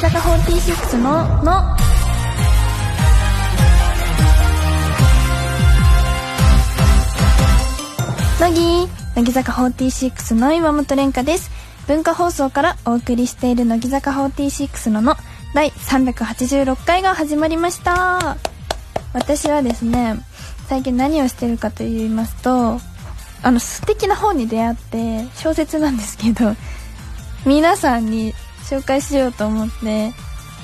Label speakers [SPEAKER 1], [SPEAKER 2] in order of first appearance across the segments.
[SPEAKER 1] 46のの乃木乃木坂46の岩本蓮香です文化放送からお送りしている乃木坂46のの第386回が始まりました私はですね最近何をしてるかと言いますとあの素敵な本に出会って小説なんですけど皆さんに紹介しようと思って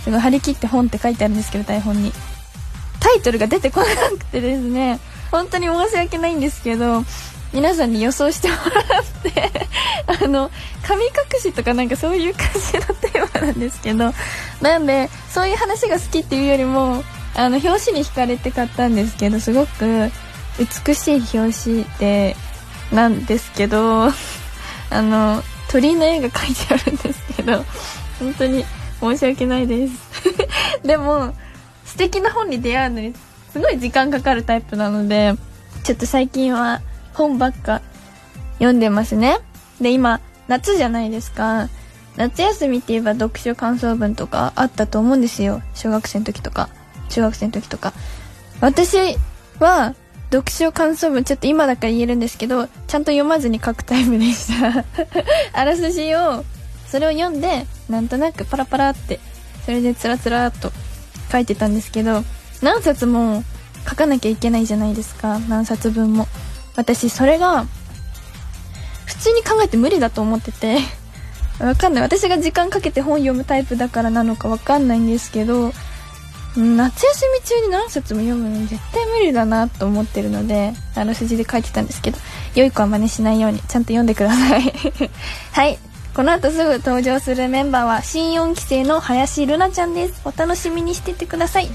[SPEAKER 1] すごい張り切って本って書いてあるんですけど台本にタイトルが出てこなくてですね本当に申し訳ないんですけど皆さんに予想してもらって あの神隠しとかなんかそういう感じのテーマなんですけどなんでそういう話が好きっていうよりもあの表紙に惹かれて買ったんですけどすごく美しい表紙でなんですけどあの鳥の絵が描いてあるんですけど本当に申し訳ないです でも素敵な本に出会うのにすごい時間かかるタイプなのでちょっと最近は本ばっか読んでますねで今夏じゃないですか夏休みって言えば読書感想文とかあったと思うんですよ小学生の時とか中学生の時とか私は読書感想文ちょっと今だから言えるんですけどちゃんと読まずに書くタイプでした あらすじをそれを読んでなんとなくパラパラってそれでつらつらっと書いてたんですけど何冊も書かなきゃいけないじゃないですか何冊分も私それが普通に考えて無理だと思ってて わかんない私が時間かけて本読むタイプだからなのかわかんないんですけどうん夏休み中に何冊も読むの絶対無理だなと思ってるのであらすじで書いてたんですけど良い子は真似しないようにちゃんと読んでください はいこの後すぐ登場するメンバーは新4期生の林瑠奈ちゃんですお楽しみにしててください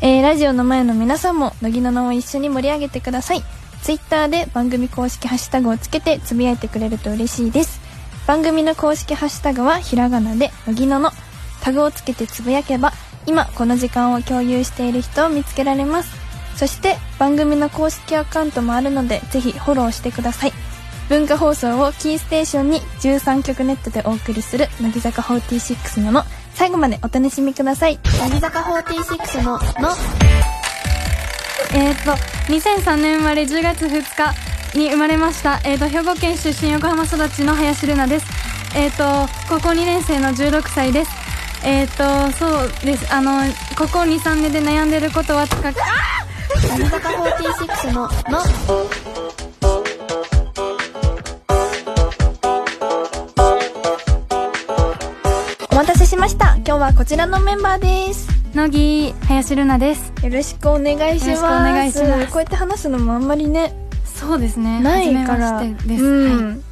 [SPEAKER 1] えーラジオの前の皆さんも乃木ののを一緒に盛り上げてくださいツイッターで番組公式ハッシュタグをつけてつぶやいてくれると嬉しいです番組の公式ハッシュタグはひらがなで乃木ののタグをつけてつぶやけば今この時間を共有している人を見つけられますそして番組の公式アカウントもあるのでぜひフォローしてください文化放送をキーステーションに13曲ネットでお送りする乃木坂46のの最後までお楽しみください乃木坂46のの
[SPEAKER 2] えー、っと2003年生まれ10月2日に生まれました、えー、っと兵庫県出身横浜育ちの林瑠奈ですえー、っと高校2年生の16歳ですえー、っとそうですあのここ23年で悩んでることはとか
[SPEAKER 1] 乃木坂46の「の」お待たせしました今日はこちらのメンバーです
[SPEAKER 2] 乃木林瑠奈です
[SPEAKER 1] よろしくお願いします
[SPEAKER 2] よろしくお願いします
[SPEAKER 1] こうやって話すのもあんまりね
[SPEAKER 2] そうですね
[SPEAKER 1] ないから
[SPEAKER 2] 初めましてです、
[SPEAKER 1] う
[SPEAKER 2] はい
[SPEAKER 1] ん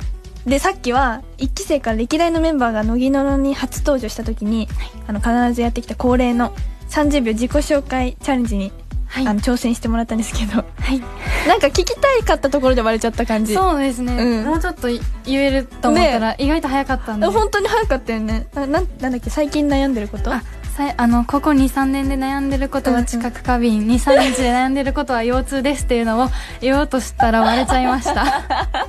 [SPEAKER 1] でさっきは1期生から歴代のメンバーが乃木ののに初登場した時に、あの必ずやってきた恒例の30秒自己紹介チャレンジに、
[SPEAKER 2] はい
[SPEAKER 1] あの挑戦してもらったんですけど
[SPEAKER 2] はい、
[SPEAKER 1] なんか聞きたいかったところで割れちゃった感じ。
[SPEAKER 2] そうですね、
[SPEAKER 1] うん
[SPEAKER 2] もうちょっとい言えると思ったら、意外と早かったんで
[SPEAKER 1] 本当に早かったよね。あなんなんだっけ最近悩んでること？
[SPEAKER 2] あさいあのここ23年で悩んでることは知覚過敏23日で悩んでることは腰痛ですっていうのを言おうとしたら割れちゃいました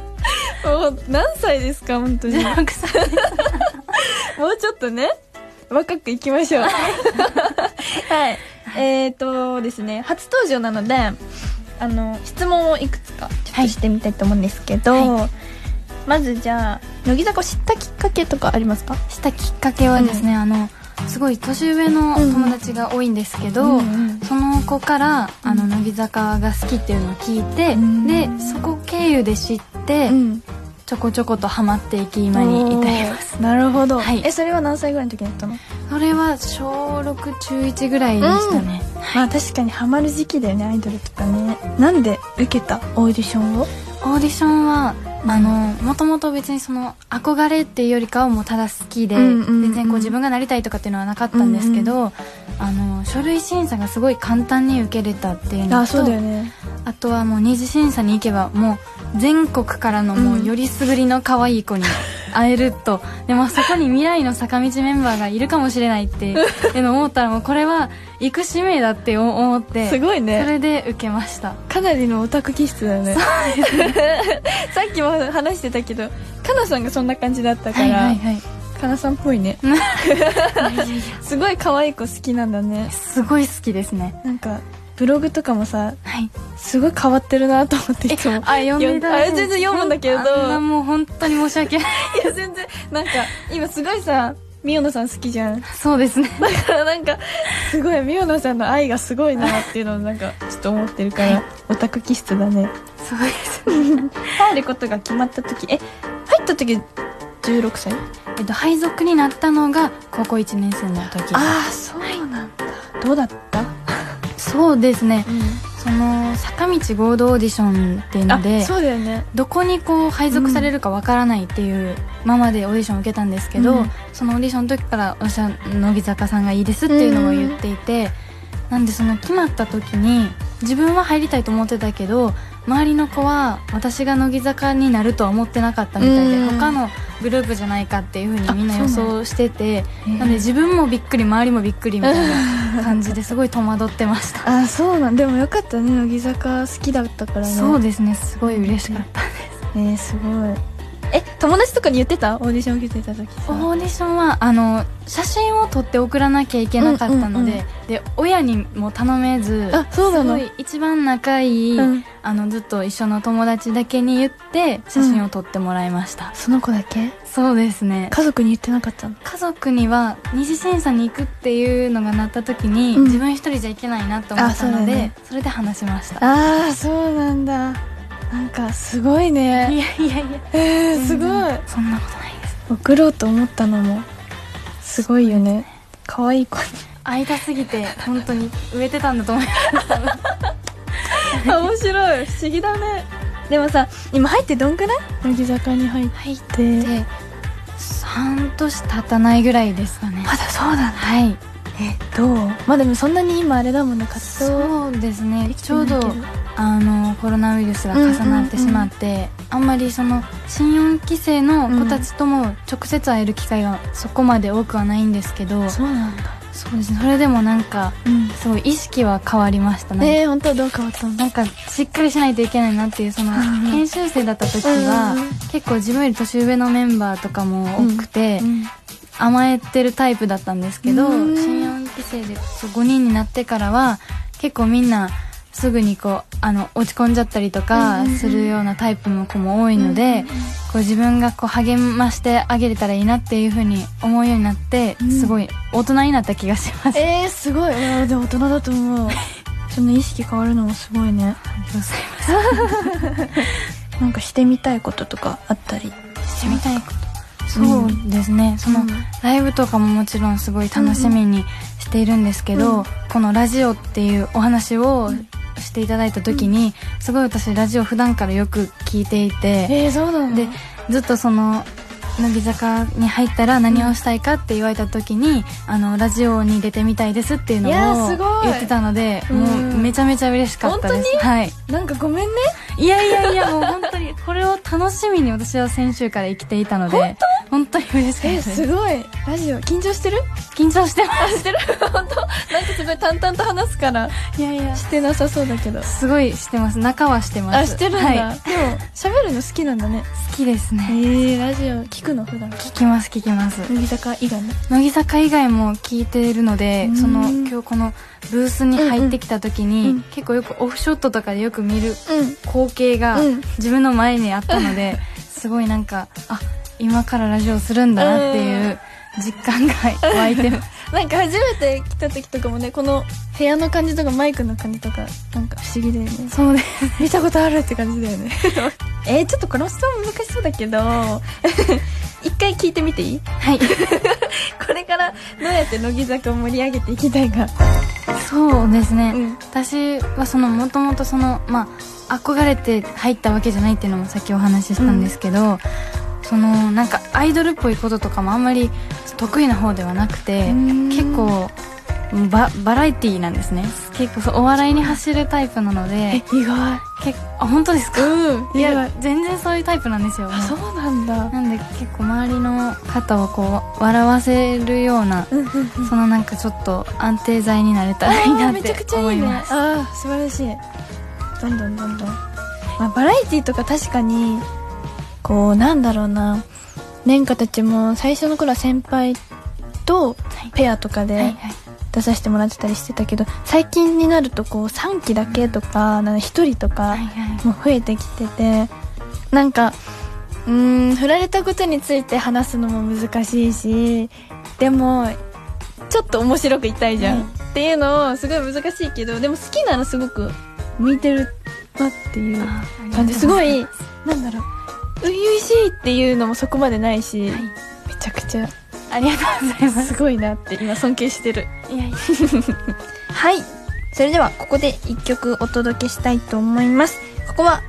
[SPEAKER 1] お何歳ですか本当 に。も
[SPEAKER 2] 16歳
[SPEAKER 1] うちょっとね若くいきましょう。 はい。えっ、ー、とですね初登場なのであの質問をいくつかちょっとしてみたいと思うんですけど、
[SPEAKER 2] は
[SPEAKER 1] まずじゃあ乃木坂を知ったきっかけとかありますか？
[SPEAKER 2] したきっかけはですね、あのすごい年上の友達が多いんですけど、
[SPEAKER 1] ん
[SPEAKER 2] その子からあの乃木坂が好きっていうのを聞いて、
[SPEAKER 1] うん
[SPEAKER 2] でそこ経由で知って、
[SPEAKER 1] ん。
[SPEAKER 2] ちょこちょことハマっていき今に至ります
[SPEAKER 1] す。なるほど。
[SPEAKER 2] はい
[SPEAKER 1] えそれは何歳ぐらいの時だったの？
[SPEAKER 2] それは小6中1ぐらいでしたね、
[SPEAKER 1] まあ確かにハマる時期だよねアイドルとかねなんで受けたオーディションを
[SPEAKER 2] オーディションはあのもともと別にその憧れっていうよりかはもうただ好きで、
[SPEAKER 1] うんうんうん
[SPEAKER 2] 全然こう自分がなりたいとかっていうのはなかったんですけど、あの書類審査がすごい簡単に受けれたっていうのと
[SPEAKER 1] ね
[SPEAKER 2] あとはもう二次審査に行けばもう全国からのもうよりすぐりの可愛い 子に会えると、でまあそこに未来の坂道メンバーがいるかもしれない っていうのを思ったらもうこれは行く使命だって思って
[SPEAKER 1] すごい
[SPEAKER 2] そ
[SPEAKER 1] ね
[SPEAKER 2] れで受けました
[SPEAKER 1] かなりのオタク気質だよねさっきも話してたけどかなさんがそんな感じだったから、
[SPEAKER 2] はい
[SPEAKER 1] かなさんっぽいね すごい可愛い子好きなんだね
[SPEAKER 2] すごい好きですね
[SPEAKER 1] なんかブログとかもさ
[SPEAKER 2] はい
[SPEAKER 1] すごい変わってるなと思っていつも
[SPEAKER 2] あ読んでいただい
[SPEAKER 1] あ
[SPEAKER 2] て
[SPEAKER 1] 全然読むんだけど
[SPEAKER 2] あんなもう本当に申し訳ない
[SPEAKER 1] いや全然なんか今すごいさミオナさん好きじゃん
[SPEAKER 2] そうですね
[SPEAKER 1] だから なんかすごいミオナさんの愛がすごいなっていうのをなんかちょっと思ってるからオタク気質だね
[SPEAKER 2] そうです
[SPEAKER 1] 入ることが決まった時え入った時16歳
[SPEAKER 2] えっと配属になったのが高校1年生の時
[SPEAKER 1] ああそうなんだ、どうだった、
[SPEAKER 2] そうですねその坂道合同オーディションっていうので
[SPEAKER 1] あそうだよね
[SPEAKER 2] どこにこう配属されるかわからないっていうままでオーディションを受けたんですけど、
[SPEAKER 1] うん
[SPEAKER 2] そのオーディションの時からおっしゃ乃木坂さんがいいですっていうのを言っていて、なんでその決まった時に自分は入りたいと思ってたけど周りの子は私が乃木坂になるとは思ってなかったみたいで、
[SPEAKER 1] うん
[SPEAKER 2] 他のグループじゃないかっていうふうに
[SPEAKER 1] あ
[SPEAKER 2] みんな予
[SPEAKER 1] そうなん
[SPEAKER 2] 想してて
[SPEAKER 1] へえ
[SPEAKER 2] なんで自分もびっくり周りもびっくりみたいな感じですごい戸惑ってま した
[SPEAKER 1] ああそうなんでもよかったね乃木坂好きだったからね
[SPEAKER 2] そうですねすごい嬉しかった
[SPEAKER 1] えー、すごいえ友達とかに言ってたオーディション受けてた時さ
[SPEAKER 2] オーディションはあの写真を撮って送らなきゃいけなかったので,、
[SPEAKER 1] うんうん
[SPEAKER 2] で親にも頼めず
[SPEAKER 1] あそうなの
[SPEAKER 2] すごい一番仲いい、
[SPEAKER 1] うん
[SPEAKER 2] あのずっと一緒の友達だけに言って写真を撮ってもらいました、
[SPEAKER 1] その子だけ
[SPEAKER 2] そうですね
[SPEAKER 1] 家族に言ってなかったの
[SPEAKER 2] 家族には二次審査に行くっていうのがなった時に、
[SPEAKER 1] うん
[SPEAKER 2] 自分一人じゃいけないなと思った
[SPEAKER 1] あそ
[SPEAKER 2] の
[SPEAKER 1] うだ
[SPEAKER 2] でそ,、
[SPEAKER 1] ね
[SPEAKER 2] れで話しました
[SPEAKER 1] ああそうなんだなんかすごい
[SPEAKER 2] い
[SPEAKER 1] ね
[SPEAKER 2] やいやいや
[SPEAKER 1] えー、すごい
[SPEAKER 2] そんなことないです
[SPEAKER 1] 送ろうと思ったのもすごいよね可愛い子に
[SPEAKER 2] 会いたすぎて本当に植えてたんだと思います
[SPEAKER 1] 面白い不思議だねでもさ今入ってどんくらい乃木坂に入っ
[SPEAKER 2] 入って
[SPEAKER 1] て
[SPEAKER 2] で半年経たないぐらいですかね
[SPEAKER 1] まだそうだな
[SPEAKER 2] はい
[SPEAKER 1] えどうまあでもそんなに今あれだもんね活動
[SPEAKER 2] そうですねちょ
[SPEAKER 1] で
[SPEAKER 2] う
[SPEAKER 1] きてない
[SPEAKER 2] ど
[SPEAKER 1] け
[SPEAKER 2] あのコロナウイルスが重なってしまって、あんまりその新4期生の子たちとも直接会える機会がそこまで多くはないんですけど、
[SPEAKER 1] ど
[SPEAKER 2] そう
[SPEAKER 1] なんだ
[SPEAKER 2] ですねそれでもなんか
[SPEAKER 1] うん
[SPEAKER 2] すごい意識は変わりましたね、
[SPEAKER 1] えー、本当どう変わったの
[SPEAKER 2] なんかしっかりしないといけないなっていうその
[SPEAKER 1] うんうん
[SPEAKER 2] 研修生だった時
[SPEAKER 1] う
[SPEAKER 2] は
[SPEAKER 1] んうん
[SPEAKER 2] 結構自分より年上のメンバーとかも多くて、
[SPEAKER 1] うん
[SPEAKER 2] 甘えてるタイプだったんですけど
[SPEAKER 1] うん
[SPEAKER 2] 新4期生でそう5人になってからは結構みんなすぐにこうあの落ち込んじゃったりと
[SPEAKER 1] うん
[SPEAKER 2] か
[SPEAKER 1] うんうん
[SPEAKER 2] するようなタイプの子も多いので、こう自分がこう励ましてあげれたらいいなっていうふうに思うようになって、
[SPEAKER 1] うん
[SPEAKER 2] すごい大人になった気がします。
[SPEAKER 1] えー、すごいいやでも大人だと思 うその意識変わるのもすごいね
[SPEAKER 2] ありがとうございます
[SPEAKER 1] なんかしてみたいこととかあったり
[SPEAKER 2] してみたいことそうですね、その
[SPEAKER 1] うん
[SPEAKER 2] ライブとかももちろんすごい楽しみにしているんですけ
[SPEAKER 1] う
[SPEAKER 2] ど、
[SPEAKER 1] ん
[SPEAKER 2] このラジオっていうお話をしていただいた時に、すごい私ラジオ普段からよく聞いていて
[SPEAKER 1] えー、そうなの
[SPEAKER 2] でずっとその乃木坂に入ったら何をしたいかって言われた時に、あのラジオに出てみたいですっていうの
[SPEAKER 1] いやーす
[SPEAKER 2] を
[SPEAKER 1] ごい
[SPEAKER 2] 言ってたので
[SPEAKER 1] うん
[SPEAKER 2] もうめちゃめちゃ嬉しかったです。
[SPEAKER 1] 本当
[SPEAKER 2] はい
[SPEAKER 1] なんかごめんね
[SPEAKER 2] いやいやいやもう本当にこれを楽しみに私は先週から生きていたので本当に嬉しかっ た
[SPEAKER 1] え
[SPEAKER 2] です
[SPEAKER 1] すごいラジオ緊張してる
[SPEAKER 2] 緊張してま
[SPEAKER 1] してる本当なんかすごい淡々と話すから
[SPEAKER 2] すいやいや
[SPEAKER 1] してなさそうだけど
[SPEAKER 2] すごいしてます仲はしてます
[SPEAKER 1] あしてるんだ、
[SPEAKER 2] はい、
[SPEAKER 1] でも喋るの好きなんだね
[SPEAKER 2] 好きです
[SPEAKER 1] え
[SPEAKER 2] ね
[SPEAKER 1] ー、ラジオ聞くの普段
[SPEAKER 2] 聞きます聞きます
[SPEAKER 1] 乃木坂以外ね
[SPEAKER 2] 乃木坂以外も聞いているので
[SPEAKER 1] うん
[SPEAKER 2] その今日このブースに入ってきた時に、
[SPEAKER 1] うんうん
[SPEAKER 2] 結構よくオフショットとかでよく見る
[SPEAKER 1] うん
[SPEAKER 2] 光景が
[SPEAKER 1] うん
[SPEAKER 2] 自分の前にあったので、 すごいなんかあ今からラジオするんだなっていう実感が湧いてます
[SPEAKER 1] なんか初めて来た時とかもねこの部屋の感じとかマイクの感じとかなんか不思議だよね
[SPEAKER 2] そうです
[SPEAKER 1] 見たことあるって感じだよね えー、ちょっとこの質問難しそうだけ ど一回聞いてみていい
[SPEAKER 2] はい
[SPEAKER 1] これからどうやって乃木坂を盛り上げていきたいか
[SPEAKER 2] そうですね、
[SPEAKER 1] うん
[SPEAKER 2] 私はそのもともとそのまあ憧れて入ったわけじゃないっていうのもさっきお話ししたんですけど、そのなんかアイドルっぽいこととかもあんまり得意な方ではなくて結構ババラエティーなんですね結構そうお笑いに走るタイプなの
[SPEAKER 1] え
[SPEAKER 2] で
[SPEAKER 1] 意外
[SPEAKER 2] 結あ本当ですか
[SPEAKER 1] うん
[SPEAKER 2] い
[SPEAKER 1] 意
[SPEAKER 2] や
[SPEAKER 1] 外
[SPEAKER 2] 全然そういうタイプなんですよ
[SPEAKER 1] あそうなんだ
[SPEAKER 2] なんで結構周りの方をこう笑わせるような
[SPEAKER 1] うんうんうん
[SPEAKER 2] そのなんかちょっと安定剤になれたらいいな
[SPEAKER 1] あー
[SPEAKER 2] っ
[SPEAKER 1] めち
[SPEAKER 2] て
[SPEAKER 1] ゃくち
[SPEAKER 2] 思
[SPEAKER 1] ゃい
[SPEAKER 2] い
[SPEAKER 1] いね
[SPEAKER 2] ます
[SPEAKER 1] ああ素晴らしいどんどんどんどん、まあ、バラエティとか確かにこうなんだろうな蓮華たちも最初の頃は先輩とペアとか
[SPEAKER 2] はい
[SPEAKER 1] で
[SPEAKER 2] はい
[SPEAKER 1] 出させてもらってたりしてたけど最近になるとこう3期だけとかなんか1人とか
[SPEAKER 2] はいはい
[SPEAKER 1] もう増えてきててなんかうーん振られたことについて話すのも難しいしでもちょっと面白く言いたいじゃん、
[SPEAKER 2] うん
[SPEAKER 1] っていうのをすごい難しいけどでも好きならすごく向いてるなっていう
[SPEAKER 2] あありがとう
[SPEAKER 1] 感じすごい
[SPEAKER 2] ざます
[SPEAKER 1] なんだろう初々しいっていうのもそこまでないし、
[SPEAKER 2] はい
[SPEAKER 1] めちゃくちゃ
[SPEAKER 2] ありがとうございます
[SPEAKER 1] すごいなって今尊敬してる
[SPEAKER 2] いやいや
[SPEAKER 1] はい。それではここで一曲お届けしたいと思います。ここは、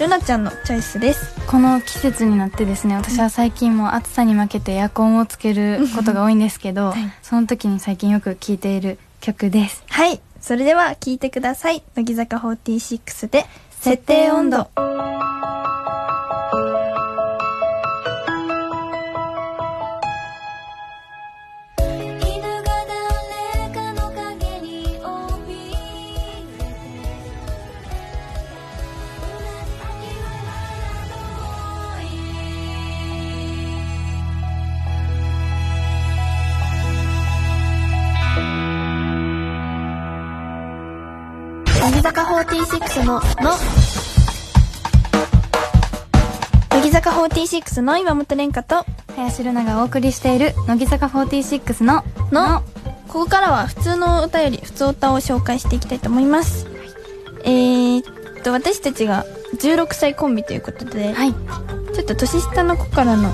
[SPEAKER 1] ルナちゃんのチョイスです。
[SPEAKER 2] この季節になってですね私は最近も暑さに負けてエアコンをつけることが多いんですけど、
[SPEAKER 1] はい
[SPEAKER 2] その時に最近よく聴いている曲です
[SPEAKER 1] はい。それでは聴いてください。乃木坂46で、設定温度。
[SPEAKER 3] 「犬が誰かの影におびえて」「同じはな遠い」
[SPEAKER 1] 乃木坂46の、の、乃木坂46の岩本蓮香と、
[SPEAKER 2] 林ルナがお送りしている乃木坂46の「
[SPEAKER 1] の、ここからは普通の歌より普通歌を紹介していきたいと思います。えーっと、私たちが16歳コンビということで、
[SPEAKER 2] はい
[SPEAKER 1] ちょっと年下の子からの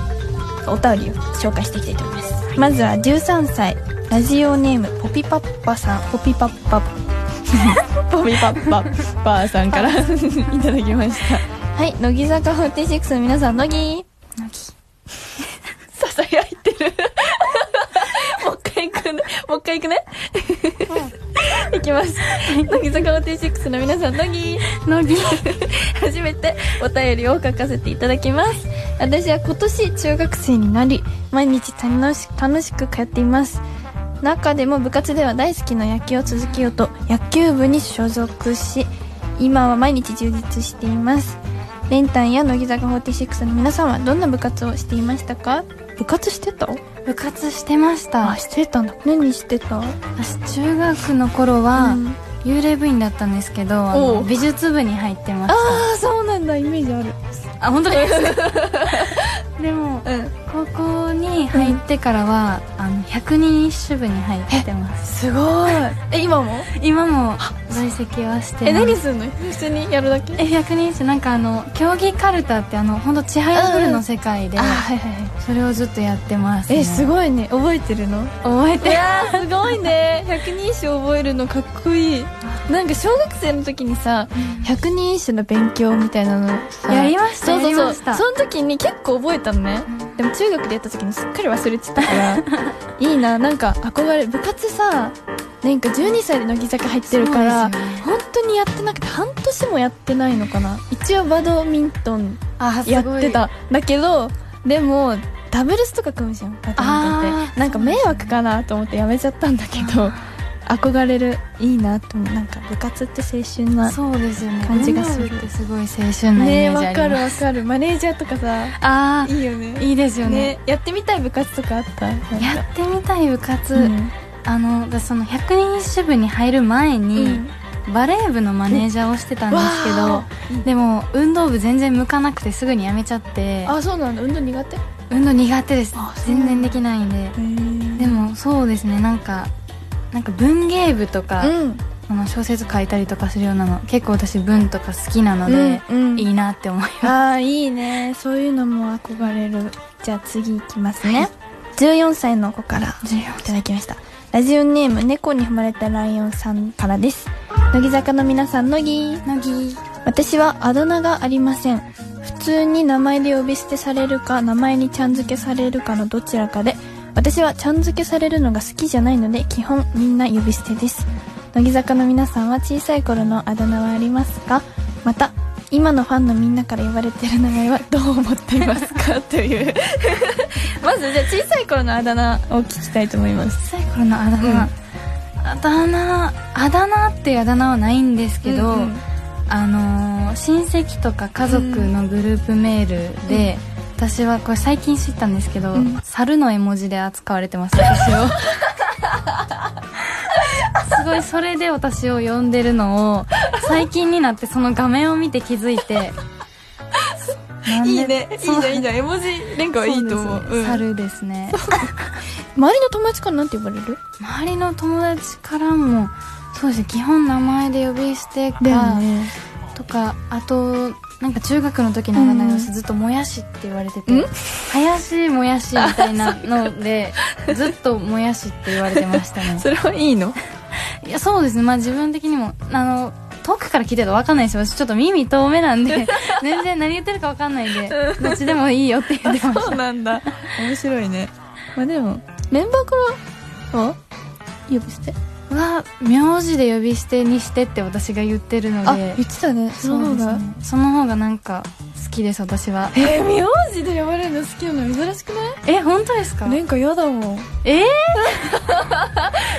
[SPEAKER 1] お便りを紹介していきたいと思います。まずは13歳、ラジオネーム、ポピパッパさん、ポピパッパ、 ポピパッパ、パーさんから いただきました。はい、乃木坂46の皆さん、乃木
[SPEAKER 2] 乃木
[SPEAKER 1] ささやいてる。もう一回行くね。もう一回行くね。行きます。乃木坂46の皆さん、乃木
[SPEAKER 2] 乃木
[SPEAKER 1] 初めてお便りを書かせていただきます私は今年中学生になり毎日楽し楽しく通っています中でも部活では大好きな野球を続けようと野球部に所属し今は毎日充実していますレンタンや乃木坂46の皆さんはどんな部活をしていましたか部活してた
[SPEAKER 2] 部活してました
[SPEAKER 1] あしてたんだ何してた
[SPEAKER 2] 私中学の頃は、
[SPEAKER 1] うん
[SPEAKER 2] 幽霊部員だったんですけどあの
[SPEAKER 1] おう
[SPEAKER 2] 美術部に入ってまし
[SPEAKER 1] ああそうなんだイメージある
[SPEAKER 2] たあ本当です かでも
[SPEAKER 1] うん
[SPEAKER 2] 高校に入ってからは、あの百人一首部に入ってます
[SPEAKER 1] すごいえ今も
[SPEAKER 2] 今も在籍はして
[SPEAKER 1] え
[SPEAKER 2] ます
[SPEAKER 1] 何するの普通にやるだけ
[SPEAKER 2] え百人一首なんかあの競技かるたってあの本当ちはやふるの世界で、
[SPEAKER 1] あはいはいはい
[SPEAKER 2] それをずっとやってます、ね、
[SPEAKER 1] えすごいね覚えてるの
[SPEAKER 2] 覚えてる
[SPEAKER 1] やーすごいね百人一首覚えるのかっこいいなんか小学生の時にさ百人一首の勉強みたいなのさ
[SPEAKER 2] やりました
[SPEAKER 1] そうそう
[SPEAKER 2] やり
[SPEAKER 1] そう
[SPEAKER 2] ました
[SPEAKER 1] その時に結構覚えたのねでも中学でやった時にすっかり忘れてたから いいななんか憧れる部活さなんか12歳で乃木坂入ってるから、
[SPEAKER 2] そうですよね
[SPEAKER 1] 本当にやってなくて半年もやってないのかな一応バドミントン
[SPEAKER 2] あすご
[SPEAKER 1] や
[SPEAKER 2] い
[SPEAKER 1] ってただけどでもダブルスとか組むじゃんバドミントンっ
[SPEAKER 2] あー
[SPEAKER 1] てなんか迷惑かなと思ってやめちゃったんだけど憧れるいいなと思うなんか部活って青春な
[SPEAKER 2] そうですよね
[SPEAKER 1] 感じがする
[SPEAKER 2] 運動部ってすごい青春なイ
[SPEAKER 1] ね
[SPEAKER 2] メ
[SPEAKER 1] え
[SPEAKER 2] ー
[SPEAKER 1] わ
[SPEAKER 2] ジありま
[SPEAKER 1] か
[SPEAKER 2] す、
[SPEAKER 1] るわかるマネージャーとかさ
[SPEAKER 2] あ
[SPEAKER 1] いいよね
[SPEAKER 2] あいいですよね
[SPEAKER 1] ねやってみたい部活とかあったなんか
[SPEAKER 2] やってみたい部活、
[SPEAKER 1] うん
[SPEAKER 2] あの私その百人一首部に入る前に、
[SPEAKER 1] うん
[SPEAKER 2] バレー部のマネージャーをしてたんですけ
[SPEAKER 1] わ
[SPEAKER 2] ど、でも運動部全然向かなくてすぐに辞めちゃって
[SPEAKER 1] あそうなんだ運動苦手へ
[SPEAKER 2] 運動苦手です
[SPEAKER 1] あそう
[SPEAKER 2] 全然できないんでで
[SPEAKER 1] え
[SPEAKER 2] もそうですねなんかなんか文芸部とか、
[SPEAKER 1] うん
[SPEAKER 2] あの小説書いたりとかするようなの結構私文とか好きなので、
[SPEAKER 1] うんうん
[SPEAKER 2] いいなって思います
[SPEAKER 1] ああいいねそういうのも憧れるじゃあ次いきますね、14歳の子からいただきましたラジオネーム猫に踏まれたライオンさんからです乃木坂の皆さん乃木
[SPEAKER 2] 乃木
[SPEAKER 1] 私はあだ名がありません普通に名前で呼び捨てされるか名前にちゃん付けされるかのどちらかで私はちゃん付けされるのが好きじゃないので基本みんな呼び捨てです乃木坂の皆さんは小さい頃のあだ名はありますかまた今のファンのみんなから呼ばれてる名前は どう思っていますかという まずじゃあ小さい頃のあだ名を聞きたいと思います
[SPEAKER 2] 小さい頃のあだ名、
[SPEAKER 1] うん
[SPEAKER 2] あだ名あだ名っていうあだ名はないんですけど、
[SPEAKER 1] うんうん
[SPEAKER 2] あのー親戚とか家族のグループメールで、私はこれ最近知ったんですけど、
[SPEAKER 1] うん
[SPEAKER 2] 猿の絵文字で扱われてます 私をすごいそれで私を呼んでるのを最近になってその画面を見て気づいてなんで
[SPEAKER 1] いいねい
[SPEAKER 2] そ
[SPEAKER 1] い
[SPEAKER 2] う
[SPEAKER 1] ねいいね絵文字レンカはいいと思う
[SPEAKER 2] そです
[SPEAKER 1] うん
[SPEAKER 2] 猿ですね
[SPEAKER 1] 周りの友達からなんて呼ばれる
[SPEAKER 2] 周りの友達からもそうですね基本名前で呼び捨てか、
[SPEAKER 1] ね
[SPEAKER 2] とかあとなんか中学の時のあだ名が
[SPEAKER 1] うん
[SPEAKER 2] ずっと「もやし」って言われて
[SPEAKER 1] ん
[SPEAKER 2] て「林もやし」みたいなのでずっと「もやし」って言われてました ね
[SPEAKER 1] それはいいの
[SPEAKER 2] いやそうですねまあ自分的にもあの遠くから聞いてると分かんないですよ私ちょっと耳遠目な んで全然何言ってるか分かんないんでどっちでもいいよって言っ てまし
[SPEAKER 1] そうなんだ面白いねまあでもメンバーからは呼び捨て
[SPEAKER 2] たは名字で呼び捨てにしてって私が言ってるの
[SPEAKER 1] あ
[SPEAKER 2] で
[SPEAKER 1] 言ってたねその方
[SPEAKER 2] そう
[SPEAKER 1] が
[SPEAKER 2] ですねその方がなんか好きです私は
[SPEAKER 1] えー、名字で呼ばれるの好きなの珍しくない
[SPEAKER 2] え本当ですか
[SPEAKER 1] レンカ嫌だもん
[SPEAKER 2] えー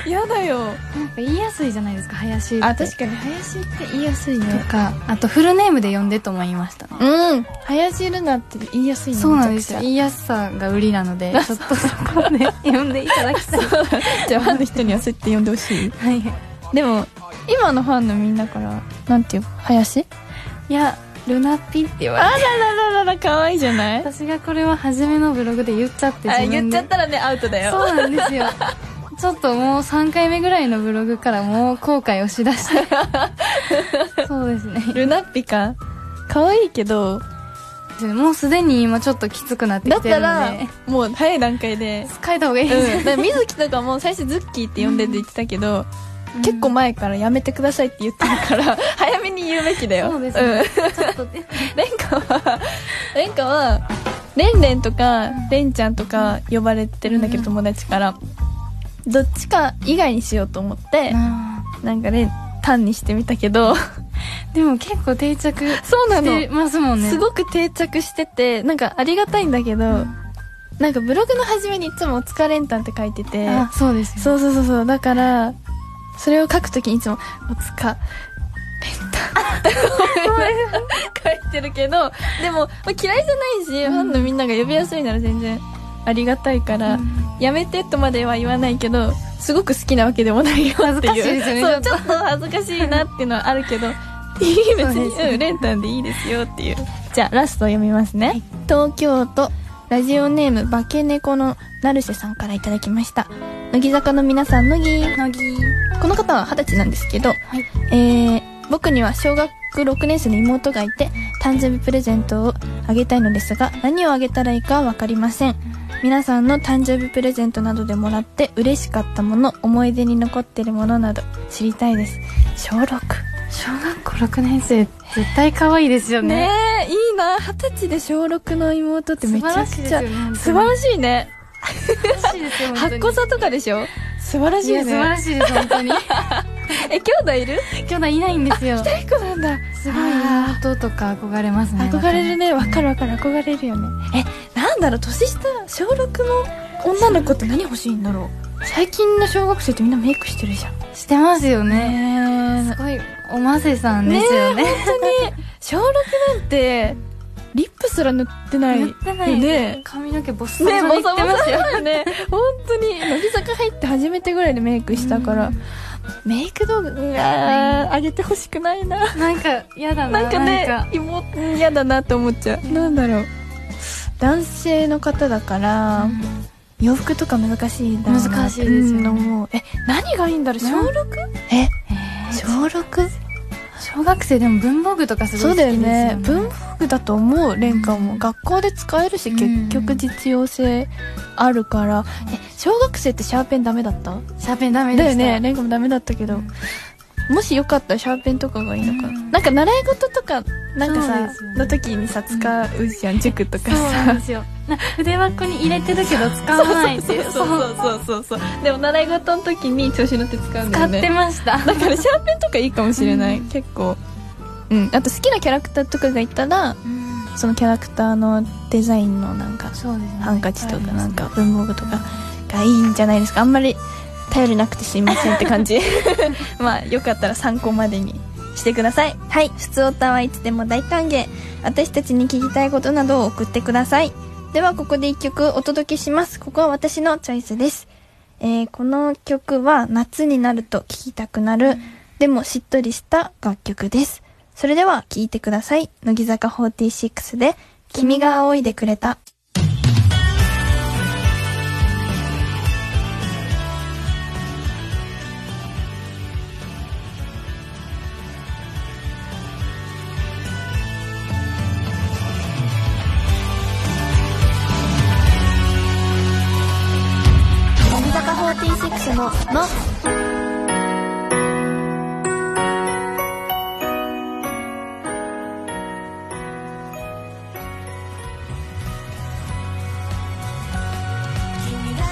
[SPEAKER 1] 嫌だよ
[SPEAKER 2] なんか言いやすいじゃないですか林って
[SPEAKER 1] あ確かに林って言いやすいね
[SPEAKER 2] とかあとフルネームで呼んでとも言いましたね
[SPEAKER 1] うん林ルナって言いやすいね
[SPEAKER 2] そうなんですよ
[SPEAKER 1] めち
[SPEAKER 2] 言いやすさが売りな のでちょっとそこで呼んでいただきたい
[SPEAKER 1] ゃくちゃ じゃあファンの人にはそうやって呼んでほしい
[SPEAKER 2] はい
[SPEAKER 1] でも今のファンのみんなからなんていう林
[SPEAKER 2] いやルナピって言われ
[SPEAKER 1] あ
[SPEAKER 2] て
[SPEAKER 1] ららららら可愛いじゃないあ
[SPEAKER 2] 私がこれは初めのブログで言っちゃって自分で
[SPEAKER 1] 言っちゃったらねアウトだよ
[SPEAKER 2] そうなんですよちょっともう3回目ぐらいのブログからもう後悔をしだして そうですね
[SPEAKER 1] ルナッピか可愛いけど
[SPEAKER 2] もうすでに今ちょっときつくなって
[SPEAKER 1] だ
[SPEAKER 2] き
[SPEAKER 1] って
[SPEAKER 2] る
[SPEAKER 1] た
[SPEAKER 2] の
[SPEAKER 1] ら
[SPEAKER 2] で
[SPEAKER 1] もう早い段階で
[SPEAKER 2] 変えた方がいいです
[SPEAKER 1] う
[SPEAKER 2] よ
[SPEAKER 1] ん、だから水木とかも最初ズッキーって呼んでって言ってたけど、結構前からやめてくださいって言ってるから 早めに言うべきだよ
[SPEAKER 2] そうですね、ちょっとね
[SPEAKER 1] うん、レンカはレンカはレンレンとかレンちゃんとか呼ばれてるんだけど、
[SPEAKER 2] うん
[SPEAKER 1] 友達からどっちか以外にしようと思って、なんかレンタンにしてみたけど
[SPEAKER 2] でも結構定着
[SPEAKER 1] そうな
[SPEAKER 2] し
[SPEAKER 1] の、
[SPEAKER 2] てますもんね
[SPEAKER 1] すごく定着しててなんかありがたいんだけど、なんかブログの初めにいつも「お疲れんたん」って書いてて
[SPEAKER 2] あそうですよ
[SPEAKER 1] そうそうそうそうだからそれを書くときにいつも「おつかペンタ」って書いてるけどでも、まあ、嫌いじゃないし、ファンのみんなが呼びやすいなら全然ありがたいから、やめてとまでは言わないけどすごく好きなわけでもないよっていう
[SPEAKER 2] 恥ずかしいですよね
[SPEAKER 1] そうち
[SPEAKER 2] ち
[SPEAKER 1] ょ
[SPEAKER 2] ょ
[SPEAKER 1] っと恥ずかしいなっていうのはある けどいい別
[SPEAKER 2] そうですね
[SPEAKER 1] に、うん、レンタンでいいですよっていうじゃあラスト読みますね、東京都ラジオネーム化け猫のナルセさんからいただきました乃木坂の皆さん乃木
[SPEAKER 2] 乃木
[SPEAKER 1] この方は二十歳なんですけど、
[SPEAKER 2] い
[SPEAKER 1] えー僕には小学6年生の妹がいて誕生日プレゼントをあげたいのですが何をあげたらいいかは分かりません皆さんの誕生日プレゼントなどでもらって嬉しかったもの思い出に残ってるものなど知りたいです小6
[SPEAKER 2] 小学校6年生絶対可愛いですよね
[SPEAKER 1] ねえいいな二十歳で小6の妹ってめちゃくちゃ素晴
[SPEAKER 2] 素晴
[SPEAKER 1] らしいね
[SPEAKER 2] らしいですよ本当
[SPEAKER 1] 8
[SPEAKER 2] に
[SPEAKER 1] 個差とかでしょ素晴らしい
[SPEAKER 2] いや素晴
[SPEAKER 1] ね
[SPEAKER 2] らしいです本 当に
[SPEAKER 1] え兄弟いる
[SPEAKER 2] 兄弟いないんですよ
[SPEAKER 1] 結構なんだ
[SPEAKER 2] すごい妹とか憧れますね
[SPEAKER 1] 憧れるねわかるわかる憧れるよねえなんだろう年下小6の女の子って何欲しいんだろう最近の小学生ってみんなメイクしてるじゃん
[SPEAKER 2] またしてますよね
[SPEAKER 1] ね
[SPEAKER 2] すごいおませさんですよね
[SPEAKER 1] 本当に小6なんてリップすら塗ってない
[SPEAKER 2] 塗ってない
[SPEAKER 1] よね
[SPEAKER 2] 髪の毛ボッサボ
[SPEAKER 1] ね
[SPEAKER 2] サ
[SPEAKER 1] ボ
[SPEAKER 2] に
[SPEAKER 1] サ
[SPEAKER 2] 言っ
[SPEAKER 1] ボ
[SPEAKER 2] てます
[SPEAKER 1] サ
[SPEAKER 2] よ
[SPEAKER 1] だよね本当に乃木坂入って初めてぐらいでメイクしたから
[SPEAKER 2] うん
[SPEAKER 1] メイク道具うわーあげてほしくないな
[SPEAKER 2] なんか嫌だな
[SPEAKER 1] なんかね
[SPEAKER 2] なんか
[SPEAKER 1] 妹嫌だなって思っちゃうなんだろう男性の方だから、洋服とか難しいんだろうな
[SPEAKER 2] 難しいです
[SPEAKER 1] う
[SPEAKER 2] よね
[SPEAKER 1] ん思うえ何がいいんだろう小6え
[SPEAKER 2] えー
[SPEAKER 1] 小 6?
[SPEAKER 2] 小学生でも文房具とかす
[SPEAKER 1] そ
[SPEAKER 2] ご
[SPEAKER 1] う
[SPEAKER 2] い好き
[SPEAKER 1] だ
[SPEAKER 2] で
[SPEAKER 1] よ
[SPEAKER 2] すよ
[SPEAKER 1] ね
[SPEAKER 2] ね
[SPEAKER 1] 文房具だと思う廉価も、
[SPEAKER 2] うん
[SPEAKER 1] 学校で使えるし
[SPEAKER 2] う
[SPEAKER 1] 結
[SPEAKER 2] ん
[SPEAKER 1] 局実用性あるから、え小学生ってシャーペンダメだった
[SPEAKER 2] シャーペンダメで
[SPEAKER 1] だよ
[SPEAKER 2] した
[SPEAKER 1] ね廉価もダメだったけど、もしよかったらシャーペンとかがいいのかな、なんか習い事とかなんか
[SPEAKER 2] そう
[SPEAKER 1] さ、
[SPEAKER 2] ですよね
[SPEAKER 1] の時にさ使うじゃん、塾とか
[SPEAKER 2] そうな
[SPEAKER 1] さ
[SPEAKER 2] んですよな筆箱に入れてるけど使わないっていう
[SPEAKER 1] そうそうそうそうそうでも習い事の時に調子乗って使うんだ
[SPEAKER 2] 使
[SPEAKER 1] よ
[SPEAKER 2] っ
[SPEAKER 1] ね
[SPEAKER 2] てまし
[SPEAKER 1] だ
[SPEAKER 2] た
[SPEAKER 1] からシャーペンとかいいかもしれない、
[SPEAKER 2] うん
[SPEAKER 1] 結構うんあと好きなキャラクターとかがいたらそのキャラクターのデザインのなんか
[SPEAKER 2] そうですね
[SPEAKER 1] ハンカチとかなんか文房具とかがいいんじゃないですかあんまり頼りなくてすいませんって感 じまあよかったら参考までにしてくださいはい普通オタはいつでも大歓迎私たちに聞きたいことなどを送ってくださいではここで一曲お届けしますここは私のチョイスです、えー、この曲は夏になると聴きたくなる、でもしっとりした楽曲ですそれでは聴いてください乃木坂46で「君が仰いでくれた」乃木坂46の「の」
[SPEAKER 3] 君が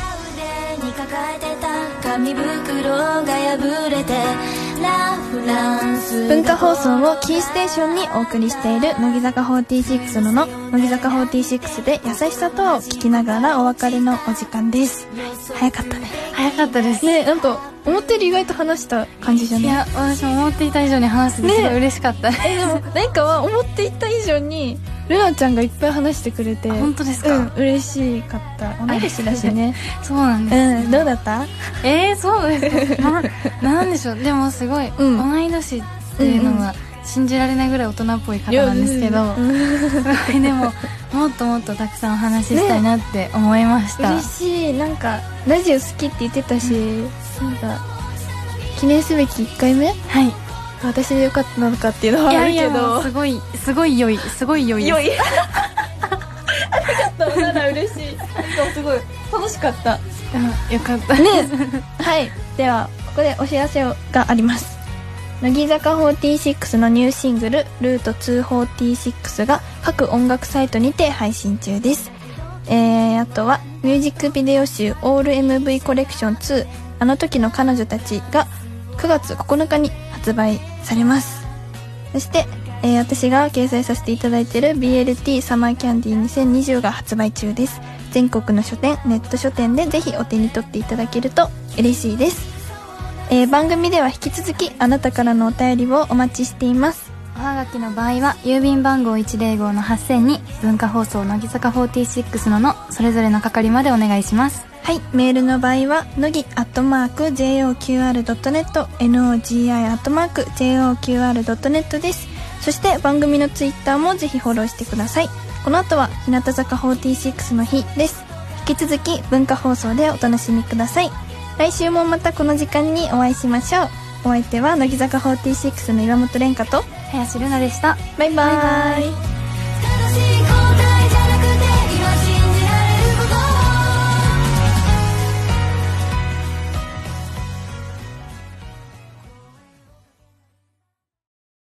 [SPEAKER 3] 腕に抱えてた紙袋が破れてラフランス
[SPEAKER 1] 文化放送をキーステーションにお送りしている乃木坂46のの乃木坂46で優しさとはを聞きながらお別れのお時間です早かったね
[SPEAKER 2] 早かったです
[SPEAKER 1] ねなんか思ったより意外と話した感じじゃ
[SPEAKER 2] い
[SPEAKER 1] ない
[SPEAKER 2] や私も思っていた以上に話すの
[SPEAKER 1] ね
[SPEAKER 2] すごい嬉しかった、
[SPEAKER 1] えでもなんかは思っていた以上にルナちゃんがいっぱい話してくれて
[SPEAKER 2] 本当ですか、
[SPEAKER 1] うん嬉しかった同い年だし ね
[SPEAKER 2] そうなん
[SPEAKER 1] う
[SPEAKER 2] です、
[SPEAKER 1] んどうだった
[SPEAKER 2] えー、そうですかななんでしょうでもすごい、
[SPEAKER 1] うん
[SPEAKER 2] 同い年っていうのは信じられないぐらい大人っぽい方なんですけど、
[SPEAKER 1] うん
[SPEAKER 2] はいでももっともっとたくさんお話ししたいなって思いました、
[SPEAKER 1] 嬉しいなんかラジオ好きって言ってたし、なんか記念すべき1回目
[SPEAKER 2] はい
[SPEAKER 1] 私でよかったのかっていうのはあ
[SPEAKER 2] や
[SPEAKER 1] る
[SPEAKER 2] い
[SPEAKER 1] け
[SPEAKER 2] やもう
[SPEAKER 1] ど
[SPEAKER 2] すごいすごい良いすごい良いです
[SPEAKER 1] 良い ありがとうなら嬉しいなんかすごい楽しかった
[SPEAKER 2] うんよかった
[SPEAKER 1] はいではここでお知らせがあります乃木坂46のニューシングル「ルート246」が各音楽サイトにて配信中ですえー、あとはミュージックビデオ集「オール m v コレクション2あの時の彼女たち」が9月9日に発売されますそして、えー私が掲載させていただいている BLT サマーキャンディー2020が発売中です全国の書店ネット書店でぜひお手に取っていただけると嬉しいです、えー番組では引き続きあなたからのお便りをお待ちしています
[SPEAKER 2] おはがきの場合は郵便番号105の8000に文化放送乃木坂46ののそれぞれの係までお願いします
[SPEAKER 1] はい、メールの場合は、のぎ、アットマーク、joqr.net、nogi、アットマーク、joqr.net です。そして、番組のツイッターもぜひフォローしてください。この後は、日向坂46の日です。引き続き、文化放送でお楽しみください。来週もまたこの時間にお会いしましょう。お相手は、乃木坂46の岩本蓮香と、
[SPEAKER 2] 林瑠奈でした
[SPEAKER 1] バイバイ。
[SPEAKER 2] バイバイ